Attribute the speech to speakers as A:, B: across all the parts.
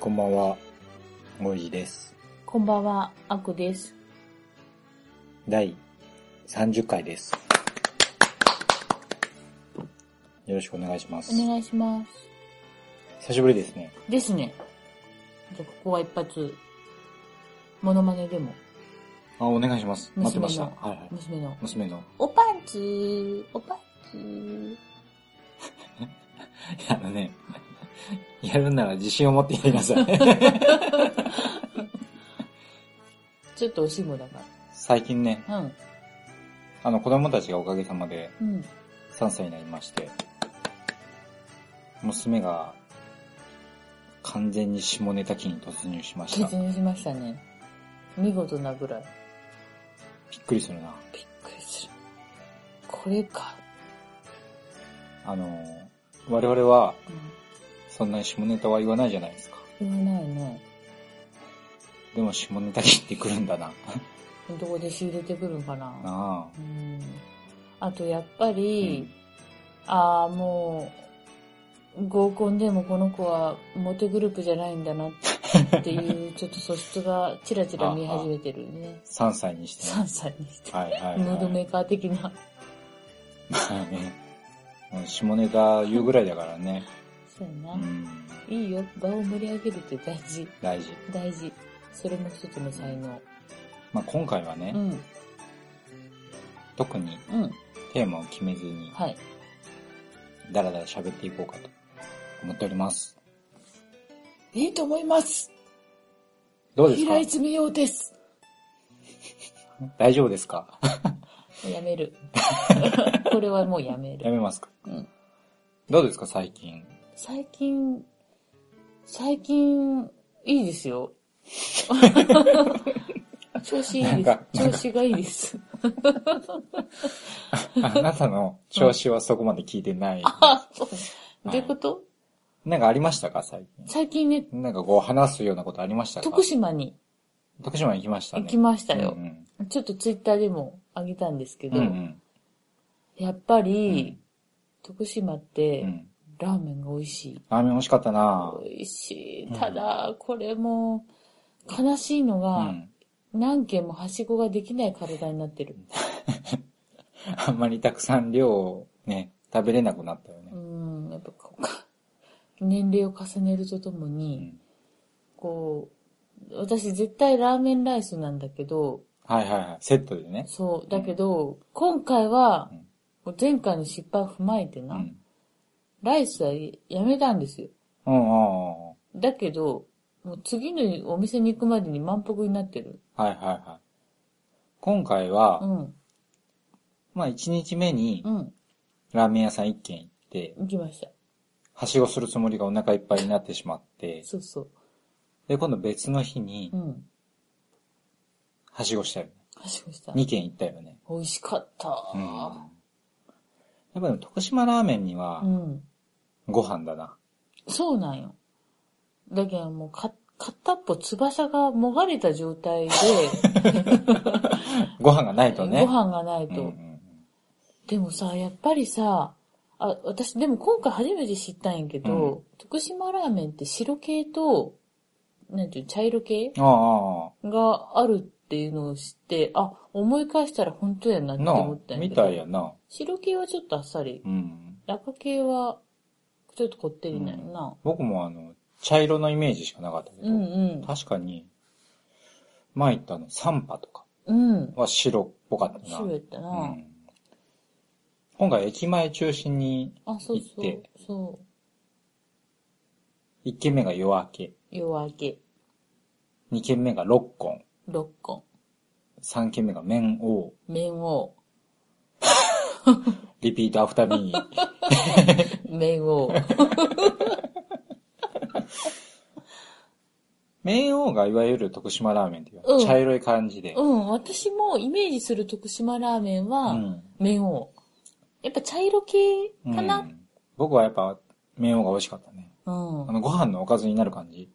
A: こんばんは、もいじです。
B: こんばんは、あくです。
A: 第30回です。よろしくお願いします
B: お。願いします。
A: 久しぶりですね。
B: ですね。じゃあ、ここは一発、モノマネでも、
A: あ、お願いします。待ってました。
B: 娘
A: はいはい。
B: 娘の、
A: 娘の。
B: おパンツー、おパンツー。
A: あのね、 やるなら自信を持ってやりなさい。
B: ちょっとおしもだか
A: 最近ね、
B: ら。うん。
A: あの子供たちがおかげさまで
B: うん。
A: 3歳になりまして、娘が完全に下ネタ期に突入しまし
B: 決
A: た。びっ
B: 断しましたね。見事なぐらい。
A: くりするな。
B: びっくりする。これか。
A: あの、我々は
B: うん。
A: そんなに下ネタは言わないじゃないですか。
B: 言わないね。
A: でも下ネタ切ってくるんだな。
B: どこで仕入れてくるのかな。
A: あ
B: うん。あと、やっぱ
A: あ。
B: り、
A: うん。
B: ああ、もう、合コンでもこの子はモテグループじゃないんだなっていう、ちょっと素質がちらちら見え始めてるね
A: 3歳にしてね。
B: 3歳にして。
A: はいはい、はい。
B: ムードメーカー的な。
A: まあね。もう下ネタ言うぐらいだからね。
B: そうや
A: う
B: な。
A: ん。
B: いいよ。場を盛り上げるって大事。
A: 大事。
B: 大事。それも一つの才能。
A: まあ今回はね、
B: うん。
A: 特に
B: うん。
A: テーマを決めずに、
B: はい。
A: だらだら喋っていこうかと思っております。
B: いいと思います。
A: どうですか
B: 平泉洋です。
A: 大丈夫ですか
B: や める。これはもうやめ
A: や
B: る。
A: めますか
B: うん。
A: どうですか最 近。
B: 最近、最近、いいで すよ。調子いい
A: なん
B: で
A: か
B: す。調子がいい です。
A: あなたの調子はそこまで聞いてない。
B: あ、そう。どういうこと
A: なんかありましたか最
B: 最近ね、
A: 近。なんかこう話すようなことありましたか
B: 徳島に
A: 徳島行きましたね。
B: 行きました
A: う。
B: よ
A: ん
B: ちょっとツイッターでもあげたんですけ
A: うん。
B: ど
A: う、ん
B: やっぱ
A: うん。
B: り、徳島っ
A: う
B: て、
A: ん。
B: ラーメンが美味しい。
A: ラーメン美味しかったな
B: 美味しい
A: うん。
B: ただ、これも、悲しいの
A: う
B: が、
A: ん。
B: 何軒もはしごができない体になってる。
A: あんまりたくさん量をね、食べれなくなったよね
B: う。ん、やっぱこうか、年齢を重ねるととも
A: う
B: に、
A: ん。
B: こう、私絶対ラーメンライスなんだけど、
A: はいはいはい。セットでね。
B: そう、だけど、今回は
A: うん、
B: もう前回の失敗を踏まえて
A: う
B: な、
A: ん。
B: ライスはやめたんですよ。
A: うんうんうん。
B: だけど、もう次のお店に行くまでに満腹になってる。
A: はいはいはい。今回
B: う
A: は、
B: ん、
A: まあ1日目に
B: うん、
A: ラーメン屋さん1軒行って、
B: 行きました。
A: はしごするつもりがお腹いっぱいになってしまって、
B: そうそう。
A: で、今度別の日に
B: う、ん、
A: はしごしたよね。
B: はしごした。
A: 2軒行ったよね。
B: 美味しかった。
A: うん。やっぱでも徳島ラーメンには
B: う、ん
A: ご飯だな。
B: そうなんよ。だけどもうか、片っぽ翼がもがれた状態で、
A: ご飯がない
B: ご
A: とね。
B: 飯がないと、
A: うんうん
B: でもさ、やっぱりさ、あ、私でも今回初めて知ったんやけ
A: う
B: ど、徳島ラーメンって白系と、なんていうの茶色系
A: うん。ああああ。
B: があるっていうのを知って、あ、思い返したら本当やなって
A: な
B: 思った
A: あ、
B: んや
A: み
B: けど。
A: たいやな。
B: 白系はちょっとあっさり、
A: うん。
B: 赤系はちょっとこってりなんやな。
A: 僕もあの、茶色のイメージしかなかったけど、
B: うんうん。
A: 確かに、前言ったあの、サンパとか
B: うん。
A: は白っぽかったな。
B: 白やったな。
A: うん、今回駅前中心に、
B: あ、そうそ
A: 行っ
B: う。そう。
A: 1軒目が夜明け、
B: 夜明け、
A: 2軒目が六根、
B: 六根、
A: 3軒目が綿王、
B: 面王、
A: リピートアフターミー。
B: 面王。
A: 綿王がいわゆる徳島ラーメンっていう、
B: うん
A: 茶色い感じで。
B: うん、私もイメージする徳島ラーメン
A: う
B: は、
A: ん
B: 面王。やっぱ茶色系か
A: う
B: な、
A: ん僕はやっぱ、綿王が美味しかったね。
B: うん、
A: あ
B: うん。
A: の、ご飯のおかずになる感じ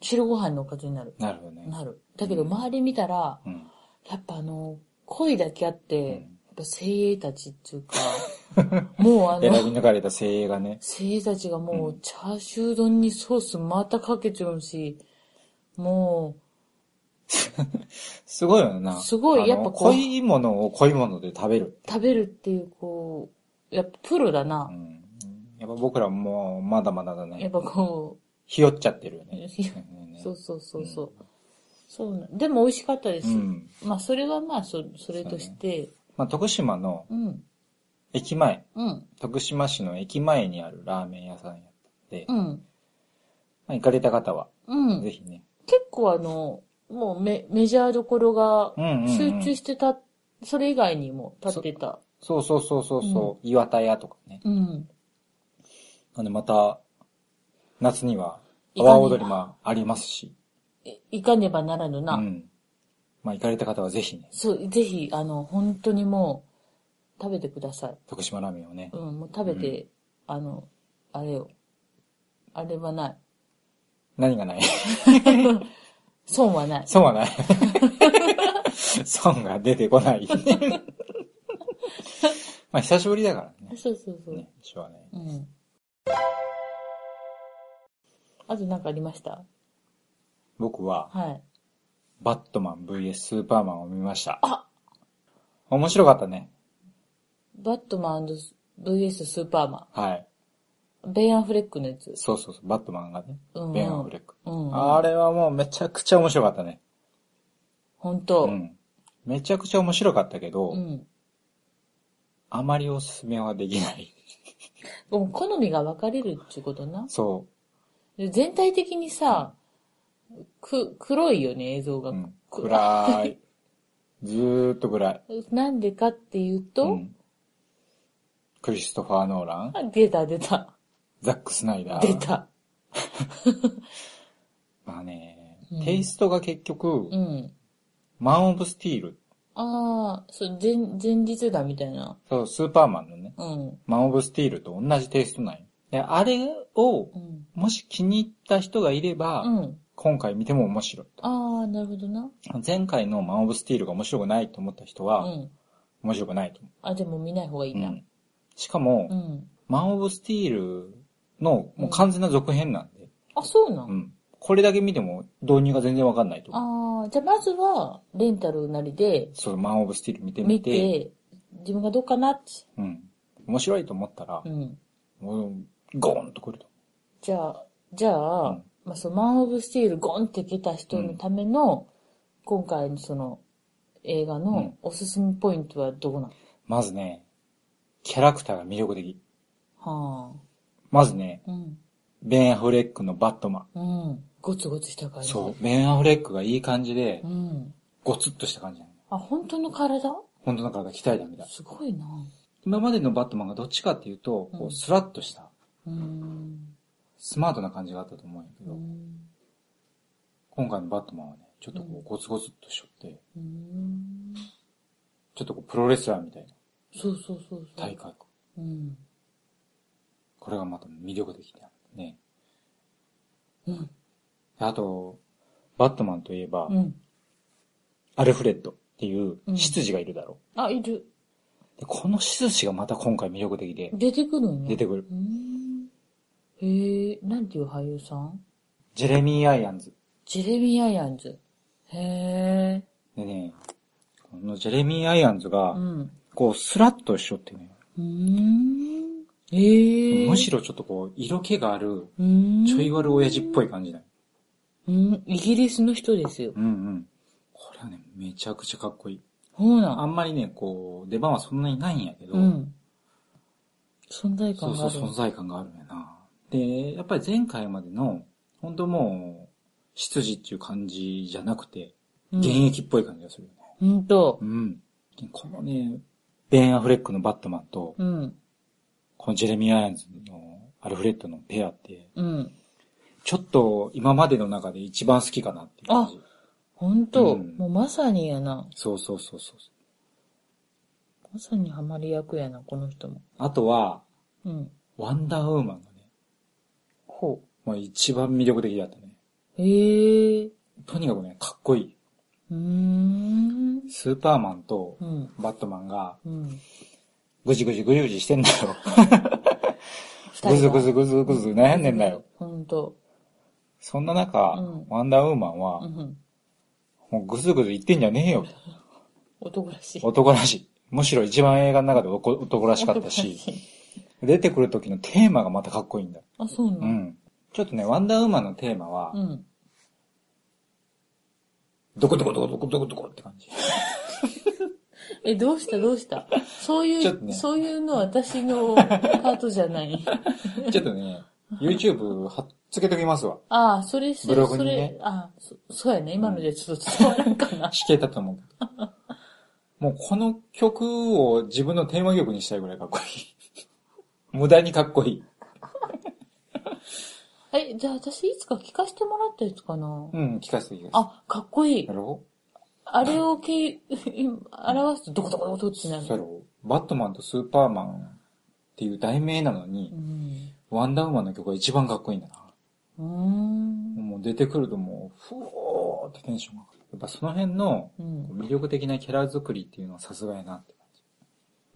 B: 白ご飯のおかずになる。
A: なるよね。
B: なる。だけど周り見たら、
A: うん。
B: やっぱあの、恋だけあって、
A: うん
B: やっぱ精鋭たちっていうか、 もうあ
A: 選び
B: の、
A: 抜かれた精鋭がね。
B: 精鋭たちがもう、チャーシュー丼にソースまたかけちゃうし、も
A: すごいよな。
B: すごい
A: あの
B: やっぱこう
A: 濃いものを濃いもので食べる。
B: う、食べるっていう、こう、やっぱプロだ
A: う
B: な。
A: ん。やっぱ僕らもうまだまだだ
B: やっ
A: ね。
B: ぱこ
A: ひよっちゃってるよね。
B: ひよう、
A: ね
B: そうそうそうそう。そうな、でも美味しかったです。
A: うん
B: まあ、それはまあ、そ、それとして、
A: まあ、徳島の
B: うん、
A: 駅前、
B: うん、
A: 徳島市の駅前にあるラーメン屋さんやったんで、
B: う
A: ま
B: ん、
A: あ、行かれた方は、
B: うん。
A: ぜひね。
B: 結構あの、もうメメジャーどころが
A: うんうんう
B: 集
A: ん
B: 中してた、それ以外にも立ってた。
A: そうそうそうそうそう、岩田屋とかね。
B: うん。
A: なんでまた、夏には、
B: 行
A: 阿
B: か
A: 波踊
B: ねば
A: りもありますし、
B: い行かねばならぬ
A: う
B: な。
A: ん。まあ、行かれた方はぜひね、
B: そう、ぜひ、あの、本当にもう、食べてください。
A: 徳島ラーメンをね
B: う、ん、もう食べて、あの、あれよ。あれはない。
A: 何がない
B: 損はない。
A: 損はない。 損が出てこない。 まあ、久しぶりだからね。
B: そうそうそう。
A: ね、しょうがない。
B: うん。あとなんかありました
A: 僕は、
B: はい。
A: バットマン VS スーパーマンを見ました。
B: あ
A: 面白かったね。
B: バットマン &VS スーパーマ
A: はい。
B: ン。ベイアンフレックのやつ。
A: そうそうそう、バットマンがね
B: うんう。ん
A: ベン・アフレック。
B: うんうん。
A: あれはもうめちゃくちゃ面白かったね。
B: 本当。
A: うん。めちゃくちゃ面白かったけど、
B: うん。
A: あまりおすすめはできない。
B: もう好みが分かれるっていうことな。
A: そ
B: で全体的にさ、く、黒いよね、映像
A: う。
B: が。
A: うん。
B: く
A: 暗い。ずーっと暗い。
B: なんでかっていうと、
A: ん、クリストファー・ノーラン、
B: あ出た出た。
A: ザック・スナイダー。
B: 出た。
A: まあね
B: うん、
A: テイストが結局、
B: うん。
A: マン・オブ・スティール。
B: ああ、そう、前、前日だみたいな。
A: そう、スーパーマンのね、
B: うん。
A: マン・オブ・スティールと同じテイストなんよで、あれを
B: う、ん。
A: もし気に入った人がいれば、
B: うん。
A: 今回見ても面白いと。
B: ああ、なるほどな。
A: 前回のマン・オブ・スティールが面白くないと思った人
B: う
A: は、
B: ん。
A: 面白くないと思。
B: あ、でも見ない方がいいうな。
A: う
B: うん
A: んしかも、。マン・オブ・スティールのもう完全な続編なんで、
B: あ、そうな。
A: うんん。これだけ見ても導入が全然わかんないと思う。
B: ああ、じゃあまずは、レンタルなりで、
A: そのマン・オブ・スティール見てみ
B: 見
A: て、
B: て、自分がどうかなって。
A: うん。面白いと思ったら
B: う、ん。
A: もうゴーンと来ると。
B: じゃあ、じゃあ、
A: うん
B: まあ、そのマン・オブ・スティールゴンって来た人のための、今回のその映画
A: う
B: の
A: ん
B: おすすめポイントはどこなの、
A: まずね、キャラクターが魅力的。
B: は
A: まずね、
B: あ。うん。
A: ベン・アフレックのバットマ
B: うん。ゴツゴツした感
A: ン。
B: じ。
A: そう、ベン・アフレックがいい感じで
B: う、ん。
A: ゴツッとした感じなの。
B: あ、本当の体
A: 本当の体鍛えたみたい。
B: すごいな。
A: 今までのバットマンがどっちかっていうと、
B: うん
A: こうスラッとした、
B: うん。
A: スマートな感じがあったと思うんやけ
B: う
A: ど、
B: ん。
A: 今回のバットマンはね、ちょっと
B: う
A: こ
B: ん
A: うゴツゴツっとしとって、
B: うん
A: ちょっとこうプロレスラーみたいな
B: そうそうそうそう。
A: 体格。
B: うん。
A: これがまた魅力的だね。
B: うん。
A: あと、バットマンといえば、
B: うん。
A: アルフレッドっていう
B: うん
A: 執事がいるだろ
B: あ、いる。
A: う。でこの執事がまた今回魅力的で、
B: 出てくるんや。
A: 出てくる。
B: うん。へえ、なんていう俳優さん
A: ジェレミー・アイアンズ。
B: ジェレミー・アイアンズ。へえ。
A: でね、このジェレミー・アイアンズ
B: う
A: が、
B: ん。
A: こう、スラッとしとってね、
B: うーん。へえ。
A: むしろちょっとこう、色気がある、
B: うーん。
A: ちょい悪親父っぽい感じだよ。
B: うん。イギリスの人ですよ。
A: うんうん。これはね、めちゃくちゃかっこいい。
B: そうな
A: あ
B: ん。
A: んまりね、こう、出番はそんなにないんやけど、
B: うん。存在
A: そ
B: 感
A: う
B: が
A: そ
B: あ
A: う、
B: る。
A: 存在感があるんやな。で、やっぱり前回までの、本当もう、執事っていう感じじゃなくて、
B: うん
A: 現役っぽい感じがするよね。
B: ほんと
A: う。ん。このね、ベン・アフレックのバットマンと、
B: うん。
A: このジェレミー・アイアンズのアルフレッドのペアって、
B: うん。
A: ちょっと今までの中で一番好きかなっていう感じ。
B: ほんと。
A: うん
B: もうまさにやな。
A: そうそうそうそう。
B: まさにハマり役やな、この人も。
A: あとは、
B: うん。
A: ワンダーウーマンがね、
B: ほ
A: もう一番魅力的だったね。
B: う。へえ。う
A: とにかくね、かっこいい。
B: ーん。
A: スーパーマンと
B: うん。
A: バットマンが
B: うん。
A: ぐじぐじぐじぐじしてんだよ。
B: 二
A: ぐず
B: 人が
A: ぐずぐずぐず悩んでんだよ。。
B: ほんと。
A: そんな中、
B: うん
A: ワンダーウーマン
B: う
A: は、
B: ん。
A: もうぐずぐず言ってんじゃねえよ。
B: 男らしい。
A: 男らしい。むしろ一番映画の中でおこ男らしかったし、
B: 男らい。
A: 出てくる時のテーマがまたかっこいいんだ。
B: あ、そう
A: う
B: なの
A: ん。ちょっとね、ワンダーウーマンのテーマは、
B: うん。
A: どこどこどこどこどこどこって感じ。
B: え、どうしたどうしたそうい
A: ちょっと
B: う、
A: ね
B: そういうのは私のパートじゃない。
A: ちょっとね、YouTube 貼っつけときますわ。
B: ああ、それ、そ
A: ブ
B: れ、
A: ログ
B: そ
A: にね
B: れ、ああそ、そうやね。今のじゃちょっと伝わらんか な。
A: 死刑だと思うけど。 もうこの曲を自分のテーマ曲にしたいぐらいかっこいい。無駄にかっこいい。
B: え、じゃあ私いつか聞かせてもらったやつかな。
A: うん、聞かせてくださ
B: あ、かっこい
A: い。
B: い
A: や。ろ
B: あれを け、表すとどこどこどこどこってな
A: そうや
B: る。
A: ろバットマンとスーパーマンっていう題名なのに
B: う、ん。
A: ワンダーウーマンの曲が一番かっこいいんだな。
B: うーん。
A: もう出てくるともう、ふおーってテンションが上がる。やっぱその辺の
B: うん。
A: 魅力的なキャラ作りっていうのはさすがやなって感じ。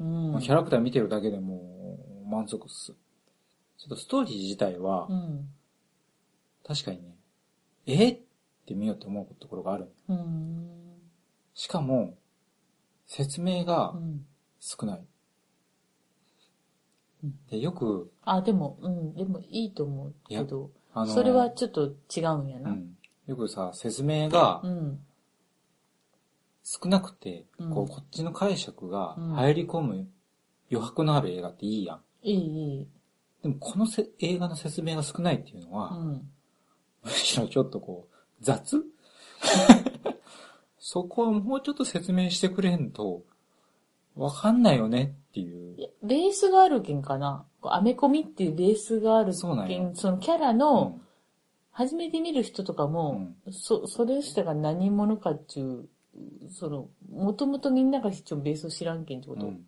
B: うん。
A: もうキャラクター見てるだけでもう満足っす。ちょっとストーリー自体は、
B: うん。
A: 確かにね、えって見ようって思うところがある。
B: うん。
A: しかも、説明が
B: うん。
A: 少ない
B: うん。
A: で、よく、
B: あ、でも、うん。でもいいと思うけど、
A: あの、
B: それはちょっと違うんや
A: う
B: な。
A: ん。よくさ、説明が
B: うん。
A: 少なくて、
B: うん
A: こう、こっちの解釈が
B: うん
A: 入り込む余白のある映画っていいやん。
B: いい、いい。
A: でも、このせ映画の説明が少ないっていうの
B: う
A: は、
B: ん。
A: むしろちょっとこう、雑 そこはもうちょっと説明してくれんと、わかんないよねっていう
B: い。やベースがあるけんかな。こうアメコミっていうベースがある
A: そうなん
B: け
A: よ
B: ん、そのキャラ
A: う
B: の、
A: ん
B: 初めて見る人とかも、そ、それしたが何者かっていう、その、もともとみんなが一応ベースを知らんけんってこと。
A: うん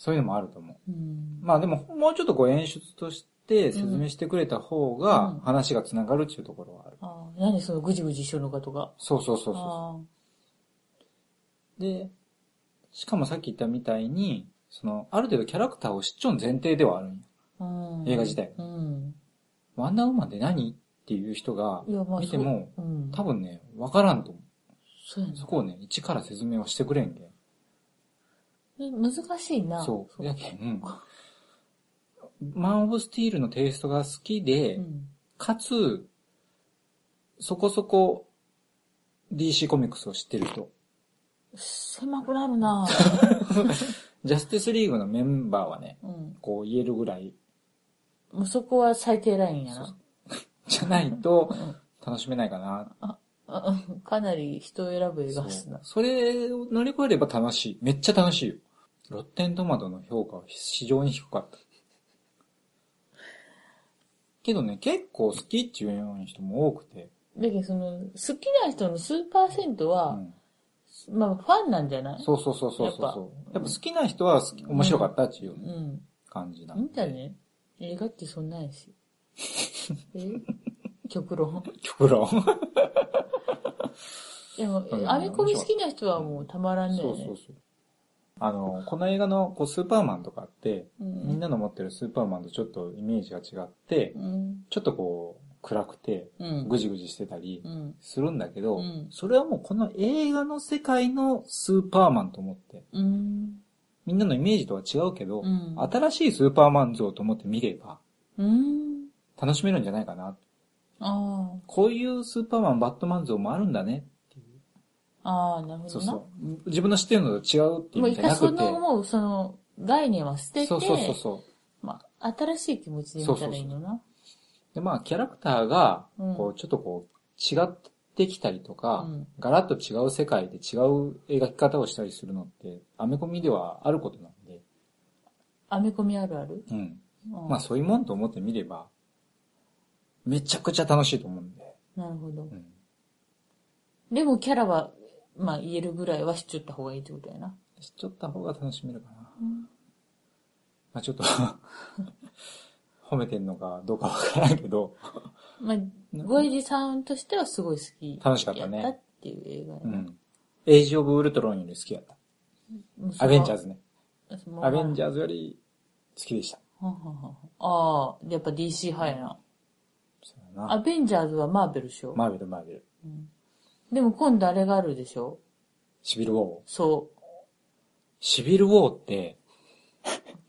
A: そういうのもあると思う。
B: うん
A: まあでも、もうちょっとこう演出として説明してくれた方
B: う
A: が
B: ん
A: 話が繋がるっていうところはある。
B: ああ、何そのぐじぐじしよるのかとか。
A: そうそうそうそ
B: あ
A: う。で、しかもさっき言ったみたいに、その、ある程度キャラクターを知っちょん前提ではあるんよ
B: あうん
A: 映画自体
B: うん。
A: ワンダーウーマンで何っていう人が
B: いや、まあ、
A: 見ても、
B: そう、うん。
A: 多分ね、わからんと思
B: そうや
A: う。そこをね、一から説明はしてくれんけん。
B: な。難しいな。
A: そう。や
B: う
A: けん、マン・オブ・スティールのテイストが好きで、
B: ん。
A: かつ、そこそこ DC コミックスを知ってる人。
B: 狭くなるな
A: ジャスティスリーグのメンバーはね、
B: うん。
A: こう言えるぐらい
B: もうそこは最低ラインやな。
A: じゃないと楽しめないかな。
B: あうん かなり人を選ぶ映
A: そ
B: 画
A: う
B: っすな。
A: それを乗り越えれば楽しい。めっちゃ楽しいよ。ロッテントマトの評価は非常に低かった。けどね、結構好きっていうような人も多くて。
B: だけど、その、好きな人の数パーセント
A: う
B: は、
A: ん、
B: まあ、ファンなんじゃない
A: そうそうそうそうそうそう。やっぱ好きな人は好き面白かったっていう
B: う
A: ね
B: ん。
A: 感じない
B: い
A: ん
B: んだ
A: で。
B: ね。映画ってそんなん やし。え極論。
A: 極 論。
B: でも
A: う、ん
B: アメコミ好きな人はもうたまらんね
A: そうそうそう。あの、この映画のこうスーパーマンとかって、み
B: み
A: んな。の持ってるスーパーマンとちょっとイメージが違って、
B: うん。
A: ちょっとこう、暗くて、
B: うん。
A: ぐじぐじしてたり
B: うん。
A: するんだけど、
B: うん
A: それはもうこの映画の世界のスーパーマンと思って、
B: うん。
A: みんなのイメージとは違うけど、
B: うん。
A: 新しいスーパーマン像と思って見れば、
B: うん。
A: 楽しめるんじゃないかな。
B: あ
A: こういうスーパーマン、バットマン像もあるんだね。
B: あ。ああ、なるほど
A: そ
B: な。
A: うそう。自分の知ってるのと違うってい
B: も
A: う
B: うん
A: じ
B: 一
A: ゃな
B: 回
A: く
B: そ
A: て。
B: の、もうその、概念は捨てて、
A: そうそうそうそう。
B: まあ、新しい気持ちで見たらいいのな。
A: で、まあ、キャラクターが、
B: うん
A: こう、ちょっとこう、違ってきたりとか、
B: うん
A: ガラッと違う世界で違う描き方をしたりするのって、アメコミではあることなんで、
B: アメコミあるある
A: うん。
B: うん
A: まあ、そういうもんと思ってみれば、めちゃくちゃ楽しいと思うんで、
B: なるほど
A: う。ん。
B: でもキャラは、まあ言えるぐらいは知っちゃった方がいいってことやな。
A: 知っちゃった方が楽しめるかな。
B: うん
A: まあ、ちょっと、 褒めてんのかどうかわからんけど、
B: まあ、ゴイジさんとしてはすごい好き。
A: 楽しかったね
B: やっていう映画や
A: う
B: な。
A: ん。エイジオブウルトロンより好きやった。
B: もうそこ
A: アベンジャーズね。
B: もう
A: アベンジャーズより好きでした。
B: はんはんはんはんああ、やっぱ DC 派やな。
A: そうや
B: ア
A: な。
B: ベンジャーズはマーベルでしょ。
A: マーベル、マーベル。
B: うんでも今度あれがあるでしょ
A: シビルウォー。
B: そう。
A: シビルウォーって、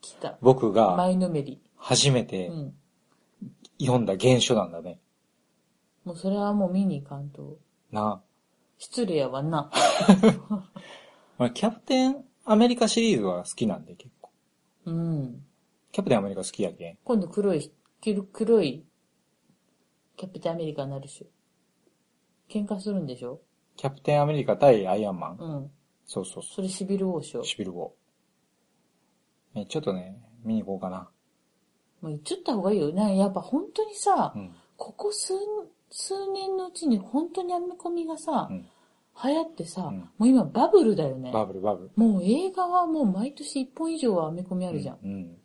B: 来た。
A: 僕が
B: 前のめり。
A: 初め
B: う
A: て
B: ん。
A: 読んだ原書なんだね。
B: もうそれはもう見に行かんと。
A: な。
B: 失礼やわな。
A: まあキャプテンアメリカシリーズは好きなんで結構。
B: うん。
A: キャプテンアメリカ好きやけん。
B: 今度黒い、きる黒い、キャプテンアメリカになるし。喧嘩するんでしょ
A: キャプテンアメリカ対アイアンマン。
B: うん。
A: そうそうそ
B: それシビル王将
A: う。。シビルウォー。ねちょっとね、見に行こうかな。
B: もう言っちゃった方がいいよ。なんかやっぱ本当にさ、
A: うん。
B: ここ数、数年のうちに本当に編み込みがさ、
A: うん
B: 流行ってさ、
A: うん
B: もう今バブルだよね。
A: バブル、バブル。
B: もう映画はもう毎年一本以上は編み込みあるじゃん。
A: うん。うん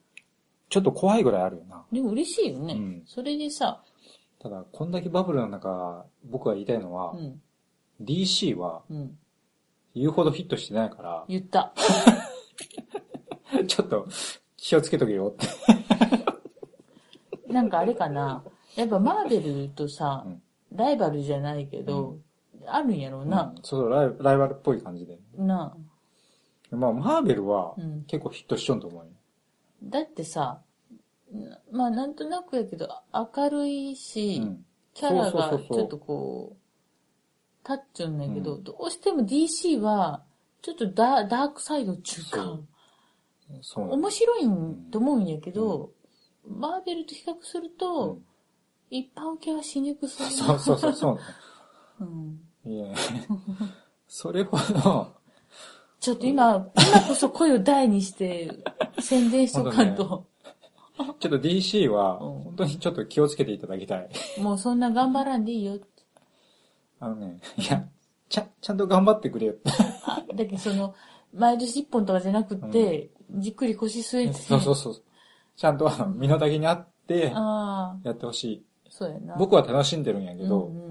A: ちょっと怖いぐらいあるよな。
B: でも嬉しいよね。
A: うん
B: それでさ、
A: ただ、こんだけバブルの中、僕が言いたいのは、
B: うん、
A: DC は
B: うん、
A: 言うほどヒットしてないか
B: 言った。
A: ら、ちょっと気をつけとけよって。
B: なんかあれかな。やっぱマーベルとさ、
A: うん
B: ライバルじゃないけど、あるんやろうな
A: うん。そうそうライ、ライバルっぽい感じで。
B: な
A: まあ、マーベルは
B: うん
A: 結構ヒットしちゃうと思うよ。
B: だってさ、なまあなんとなくやけど、明るいし、
A: うん。
B: キャラが
A: そうそう
B: ち
A: そうそう
B: ょっとこう、立っちゃうんだけど、
A: うん
B: どうしても DC は、ちょっとダダークサイド中
A: そ
B: 間
A: う。そうなんだ
B: 面白いんと思うんやけど、マーベルと比較すると、
A: うん
B: 一般受けはしにくそうな。
A: そうそうそう、そうなんだ。
B: うん
A: いや それほど、
B: ちょっと今、今こそ声を大にして宣伝しとかんと、
A: ちょっと DC は、
B: うん
A: 本当にちょっと気をつけていただきたい。
B: もうそんな頑張らんでいいよって。
A: あのね、いや、ちゃ、ちゃんと頑張ってくれよって。
B: あだけどその、毎年一本とかじゃなくって、じっくり腰据えて。
A: そうそうそう。ちゃんとあの身の丈に合って、
B: ああ、
A: やってほしい。
B: そうやな。
A: 僕は楽しんでるんやけど、
B: うん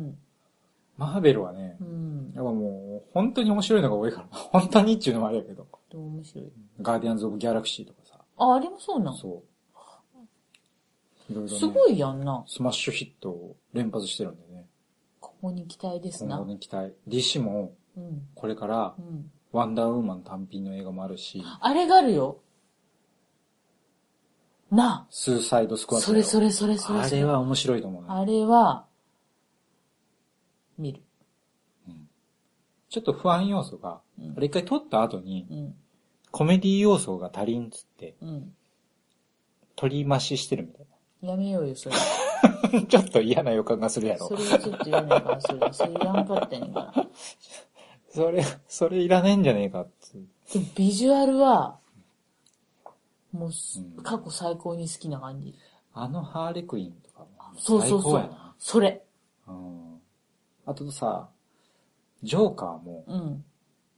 A: マーベルはね
B: うん。う、ん。
A: やっぱもう、本当に面白いのが多いから、 本当にっていうのもあれやけど、
B: でも面白い。
A: ガーディアンズ・オブ・ギャラクシーとかさ、
B: あ、あれもそうなん。
A: そう。いろいろ、ね、
B: すごいやんな。
A: スマッシュヒットを連発してるんでね、
B: ここに期待です
A: 今
B: な
A: 後。に期待。DC も、
B: うん。
A: これから
B: う、ん。
A: ワンダーウーマン単品の映画もあるし、
B: あれがあるよ。な
A: スーサイド・ス
B: あ。
A: クワット
B: それそれそれそれ
A: あ
B: そ
A: れ
B: れ。
A: は面白いと思うね。
B: あれは、見る。
A: ちょっと不安要素が、
B: うん
A: あれ一回撮った後に、
B: うん。
A: コメディ要素が足りんつって、
B: うん。
A: 取り増ししてるみたい
B: やめようよ、それ。
A: な。 ちょっと嫌な予感がするやろ
B: そ。れはちょっと嫌な感じする。それやんかったんやから。
A: それ、それいらねえんじゃねえかっつう。
B: でもビジュアルは、もうす
A: うん、
B: 過去最高に好きな感じ。
A: あのハーレクイーンとかも
B: そうそ
A: 最
B: うそ
A: 高や
B: う
A: な。。
B: それ。
A: うん。あとさ、ジョーカーも、
B: うん。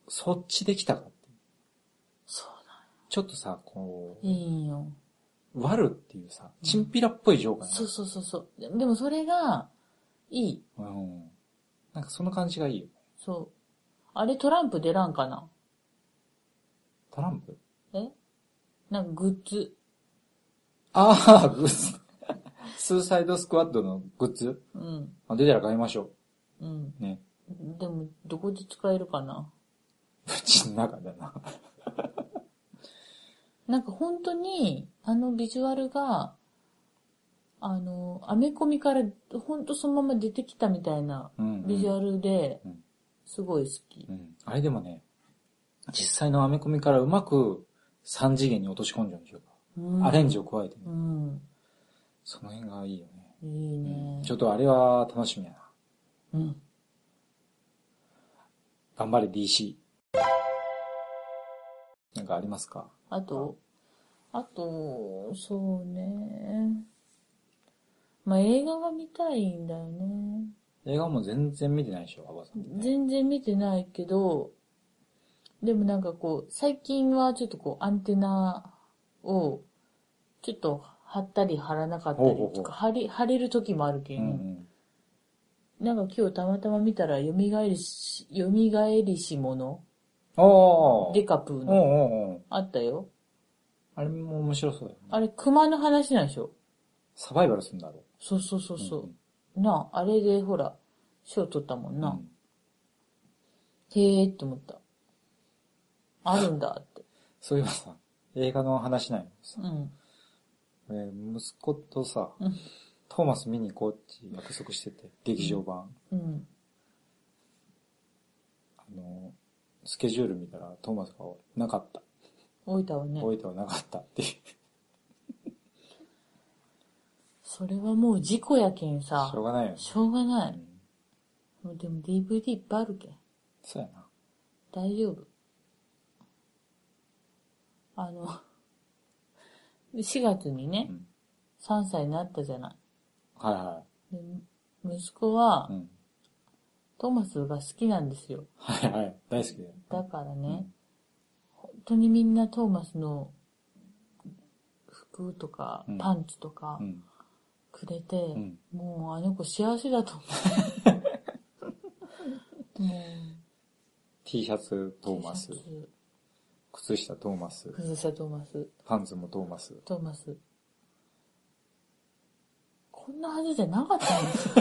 A: そっちできたかって。
B: そう
A: ちょっとさ、こ
B: だ。いいよ。
A: う、ワルっていうさ、チンピラっぽいジョーカーなの
B: そうそうそうそう。ででもそれが、いい。
A: うん。なんかその感じがいいよ。
B: そう。あれトランプ出らんかな
A: トランプ
B: えなんかグッズ。
A: ああ、グッズ。スーサイドスクワッドのグッズ
B: うん。
A: あ出たら買いましょ
B: うん。
A: う。ね。
B: でも、どこで使えるかな
A: うちの中だな。
B: なんか本当に、あのビジュアルが、あの、アメコミから本当そのまま出てきたみたいな
A: うんうん
B: ビジュアルで
A: うん、
B: すごい好き
A: う。ん。あれでもね、実際のアメコミからうまく3次元に落とし込んじゃうんでしょうか。
B: うん
A: アレンジを加えてね。
B: うん。
A: その辺がいいよね。
B: いいね。
A: ちょっとあれは楽しみやな。
B: うん。
A: 頑張れ DC。なんかありますか
B: あと、あと、そうね。まあ、映画が見たいんだよね。
A: 映画も全然見てないでしょ、アバさん、ね。
B: 全然見てないけど、でもなんかこう、最近はちょっとこう、アンテナを、ちょっと貼ったり貼らなかったり
A: ほうほうほ
B: と
A: う
B: か、貼り、貼れる時もあるけ、
A: うんん
B: なんか今日たまたま見たら、蘇りし、蘇りし者
A: うん。おー。
B: デカプー
A: おー
B: の、
A: おーお
B: あったよ。
A: あれも面白そうだよね。
B: あれ、熊の話なんでしょ
A: サバイバルするんだろ
B: そうそうそうそう。
A: うん
B: なあ、あれでほら、賞取ったもん
A: う。
B: な。
A: うん
B: へえって思った。あるんだって。
A: そういえばさ、映画の話なんよ。
B: うん。
A: えー息子とさ、
B: うん
A: トーマス見に行こうって約束してて、劇場版。
B: うん。
A: あの、スケジュール見たらトーマスがなかった。
B: 置いたわね。
A: 覚えてはなかったっていう。
B: それはもう事故やけんさ
A: しょ。うがないよね。
B: しょうがな
A: う
B: い。
A: ん
B: もうでも DVD いっぱいあるけん。
A: そうやな。
B: 大丈夫。あの、4月にね
A: う、ん。
B: 3歳になったじゃな。
A: はいはい
B: で息子は、
A: い。うん。
B: トーマスが好きなんですよ。
A: はいはい。大好きだよ。
B: だから
A: う
B: ね、
A: ん
B: 本当にみんなトーマスの服とか
A: うん
B: パンツとか
A: うん。
B: くれて、
A: ん
B: もうあの子幸せだと思 う。も
A: T シャツ
B: う、
A: トーマス
B: T シ、ャツ
A: 靴下トーマス、
B: 崩したトーマス、
A: パンツもトーマス。
B: トーマス。こんなはずじゃなかったんです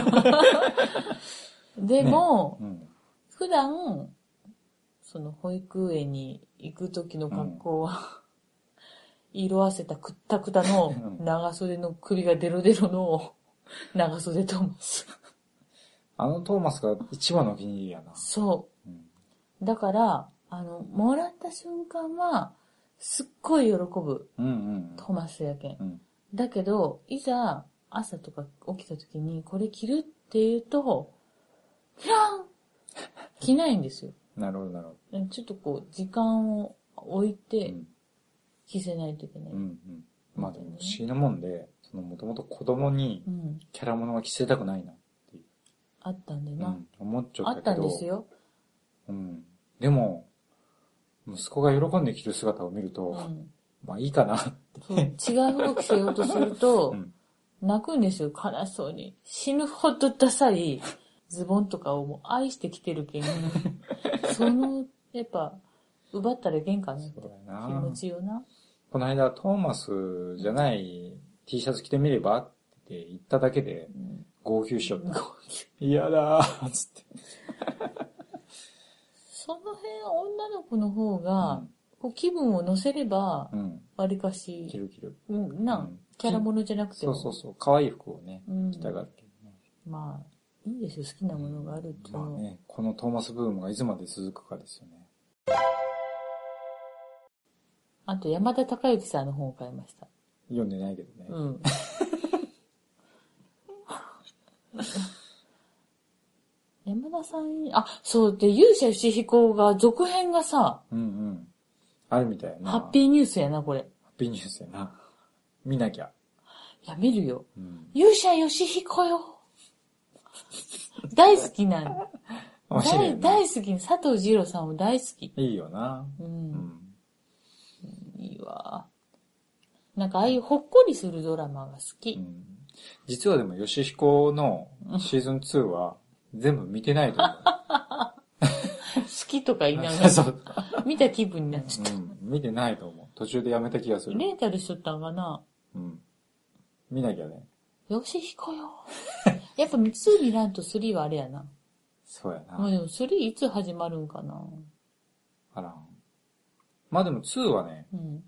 B: よ。 でも、
A: うん。
B: 普段、その保育園に行く時の格好は、色あせたくったくたの
A: うん
B: 長袖の首がデロデロの長袖トーマス。
A: あのトーマスが一番のお気に入りやな。
B: そ
A: うん。
B: う。だから、あの、もらった瞬間は、すっごい喜ぶ
A: うんうん
B: トーマスやけん
A: う。ん。
B: だけど、いざ朝とか起きた時にこれ着るって言うと、フラン着ないんですよ。
A: うん。なるほどなるほ
B: ちょっとこう、時間を置い
A: ど。う
B: て、
A: ん。
B: 着せないといけない。
A: うんうん。まあでも不思議なもんで、そのもともと子供に
B: うん
A: キャラものは着せたくないな。
B: あったんだよ
A: う
B: な。
A: ん。思っちゃ
B: あ
A: ったけど。
B: ったんですよ。
A: うん。でも、息子が喜んで着る姿を見ると、
B: うん、
A: まあいいかな。
B: そう違う服着せようとする と、
A: うん
B: 泣くんですよ、悲しそうに。死ぬほどダサいズボンとかをもう愛して着て るけん。その、やっぱ、奪ったらいけんかなって
A: そうだ
B: 気
A: よな
B: 持。ちよな。
A: この間、トーマスじゃない T シャツ着てみればって言っただけで、
B: うん
A: 号泣しよった。
B: こういう
A: 嫌だー、つって。
B: その辺、女の子の方が、こう気分を乗せれば
A: う、ん。うん。
B: わりか
A: 着
B: し、
A: る着る。
B: うん、な、
A: うん
B: キャラものじゃなくて
A: そ
B: も。
A: うそうそう。可愛い服をね、
B: うん
A: 着たがるけどね。
B: まあ、いいですよ、好きなものがあるっていう
A: まあ
B: のは。
A: ね、このトーマスブームがいつまで続くかですよね。
B: あと、山田孝之さんの本を買いました。
A: 読んでないけどね。
B: うん。山田さん、あ、そう、で、勇者牛彦が続編がさ、
A: うんうん。あるみたいな。
B: ハッピーニュースやな、これ。い
A: ハッピーニュースやな。見なきゃ。
B: や、見るよ。
A: うん。
B: 勇者義彦よ。大好きなん。
A: 面白いよ
B: 大
A: ね。
B: 大好き。佐藤二郎さんも大好き。
A: いいよな。
B: う。
A: うんん。
B: いいわ。なんか、ああいうほっこりするドラマが好き。
A: うん実はでも、吉彦のシーズン2は全部見てないと思
B: 好きとか言いなが
A: う。 そう。
B: ら、見た気分になっちゃっ
A: うん、見てないと思う。途中でやめた気がす
B: た。
A: る。
B: レンタルしとったんかな
A: うん。見なきゃね。
B: よしひ こよ。やっぱ2見らんと3はあれやな。
A: そうや
B: もう
A: な。
B: でも3いつ始まるんかな
A: あらん。まあでも2はね、
B: うん。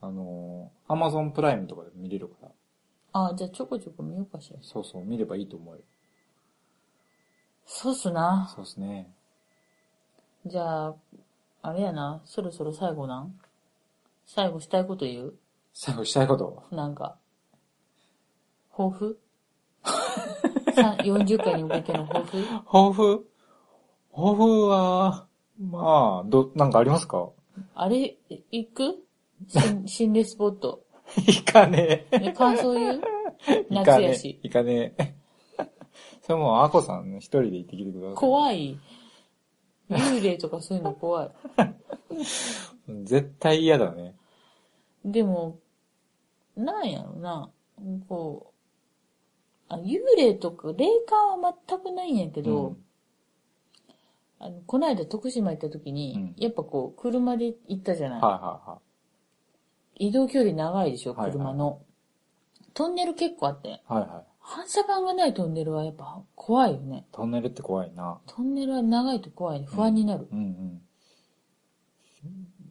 A: あのー、アマゾンプライムとかで見れるから。
B: あじゃあちょこちょこ見ようかしら。
A: そうそう、見ればいいと思うよ。
B: そうっすな。
A: そうですね。
B: じゃあ、あれやな。そろそろ最後なん最後したいこと言う
A: 最後したいこと。
B: なんか。抱負さん ?40 回に向けての抱負
A: 抱負抱負は、まあ、ど、なんかありますか
B: あれ、い行く心心霊スポット。
A: いかねえ。
B: え感想言う
A: いか
B: 夏
A: ね
B: や
A: え
B: し。。
A: いかねえ。 それもう、アコさん一人で行ってきてください。
B: 怖い。幽霊とかそういうの怖い。
A: 絶対嫌だね。
B: でも、なんやろな。こう、あ幽霊とか、霊感は全くないんやけど、あのこの間徳島行った時に、
A: うん
B: やっぱこう、車で行ったじゃな
A: う
B: い、
A: んはいは
B: 移動距離長いでしょ、
A: はいはい
B: 車の。トンネル結構あって。
A: はいはい。
B: 反射板がないトンネルはやっぱ怖いよね。
A: トンネルって怖いな。
B: トンネルは長いと怖いね。不安にな る。
A: うんうん。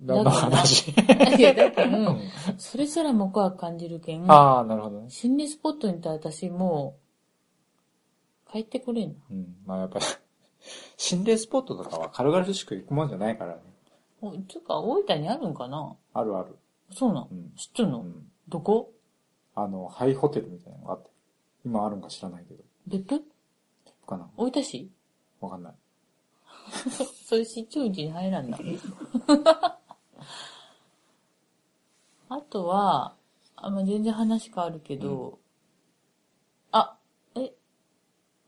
B: だ
A: 何の
B: けどな
A: 話
B: いや、だけど、
A: う
B: うん
A: ん
B: それすらも怖く感じるけん。
A: ああ、なるほどね。
B: 心理スポットに行ったら私もう、帰ってこれんな。
A: うん。まあやっぱり、 心霊スポットとかは軽々しく行くもんじゃないからね。
B: おつうか、大分にあるんかな
A: あるある。
B: そうなん、
A: うん
B: 知っとん
A: う
B: の、
A: ん。
B: どこ
A: あの、ハイホテルみたいなのがあって。今あるんか知らないけど。
B: 別府
A: かな
B: 大分市
A: わかんない。
B: そういう市中地に入らんな。 あとは、あまあ、全然話変わるけど、あ、え、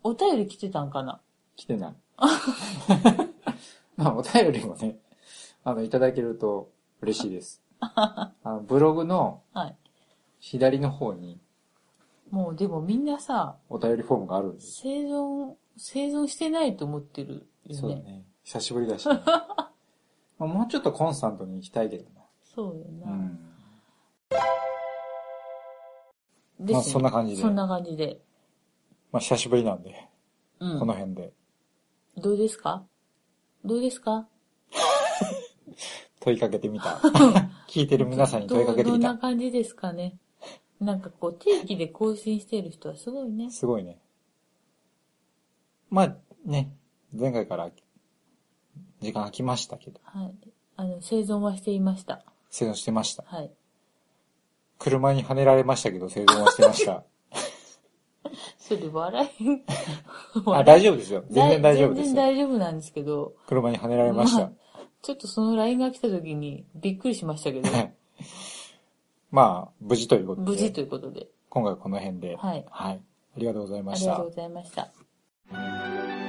B: お便り来てたんかな
A: 来てない。 まあ、お便りもね、あの、いただけると嬉しいです。あのブログの
B: はい。
A: 左の方に
B: もうでもみんなさ、
A: お便りフォームがあるんです。
B: 生存、生存してないと思ってるよね。
A: そうだね。久しぶりだしね、まあもうちょっとコンスタントに行きたいけどな。
B: そうよ
A: う
B: な。
A: ん。
B: ですね
A: まあそんな感じで
B: そんな感じで。
A: まあ、久しぶりなんで、
B: うん。
A: この辺で。
B: どうですかどうですか
A: 問いかけてみた。聞いてる皆さんに問いかけて
B: どう
A: み
B: どんな
A: た。
B: 感じですかねなんかこう、定期で更新してる人はすごいね。
A: すごいね。まあ、ね、前回から時間空きましたけど、
B: はい。あの、生存はしていました。
A: 生存してました。
B: はい。
A: 車にはねられましたけど、生存はしてま した。
B: それ笑い。
A: あ、 大丈夫ですよ。全然大丈夫で
B: 全
A: す
B: 然。大丈夫なんですけど、
A: 車にはねられました。
B: ちょっとその LINE が来た時にびっくりしましたけど、
A: まあ、無事ということで。
B: 無事ということで。
A: 今回はこの辺で。
B: はい
A: ありがとうござい
B: あ
A: まし
B: り
A: た。
B: がとうございました。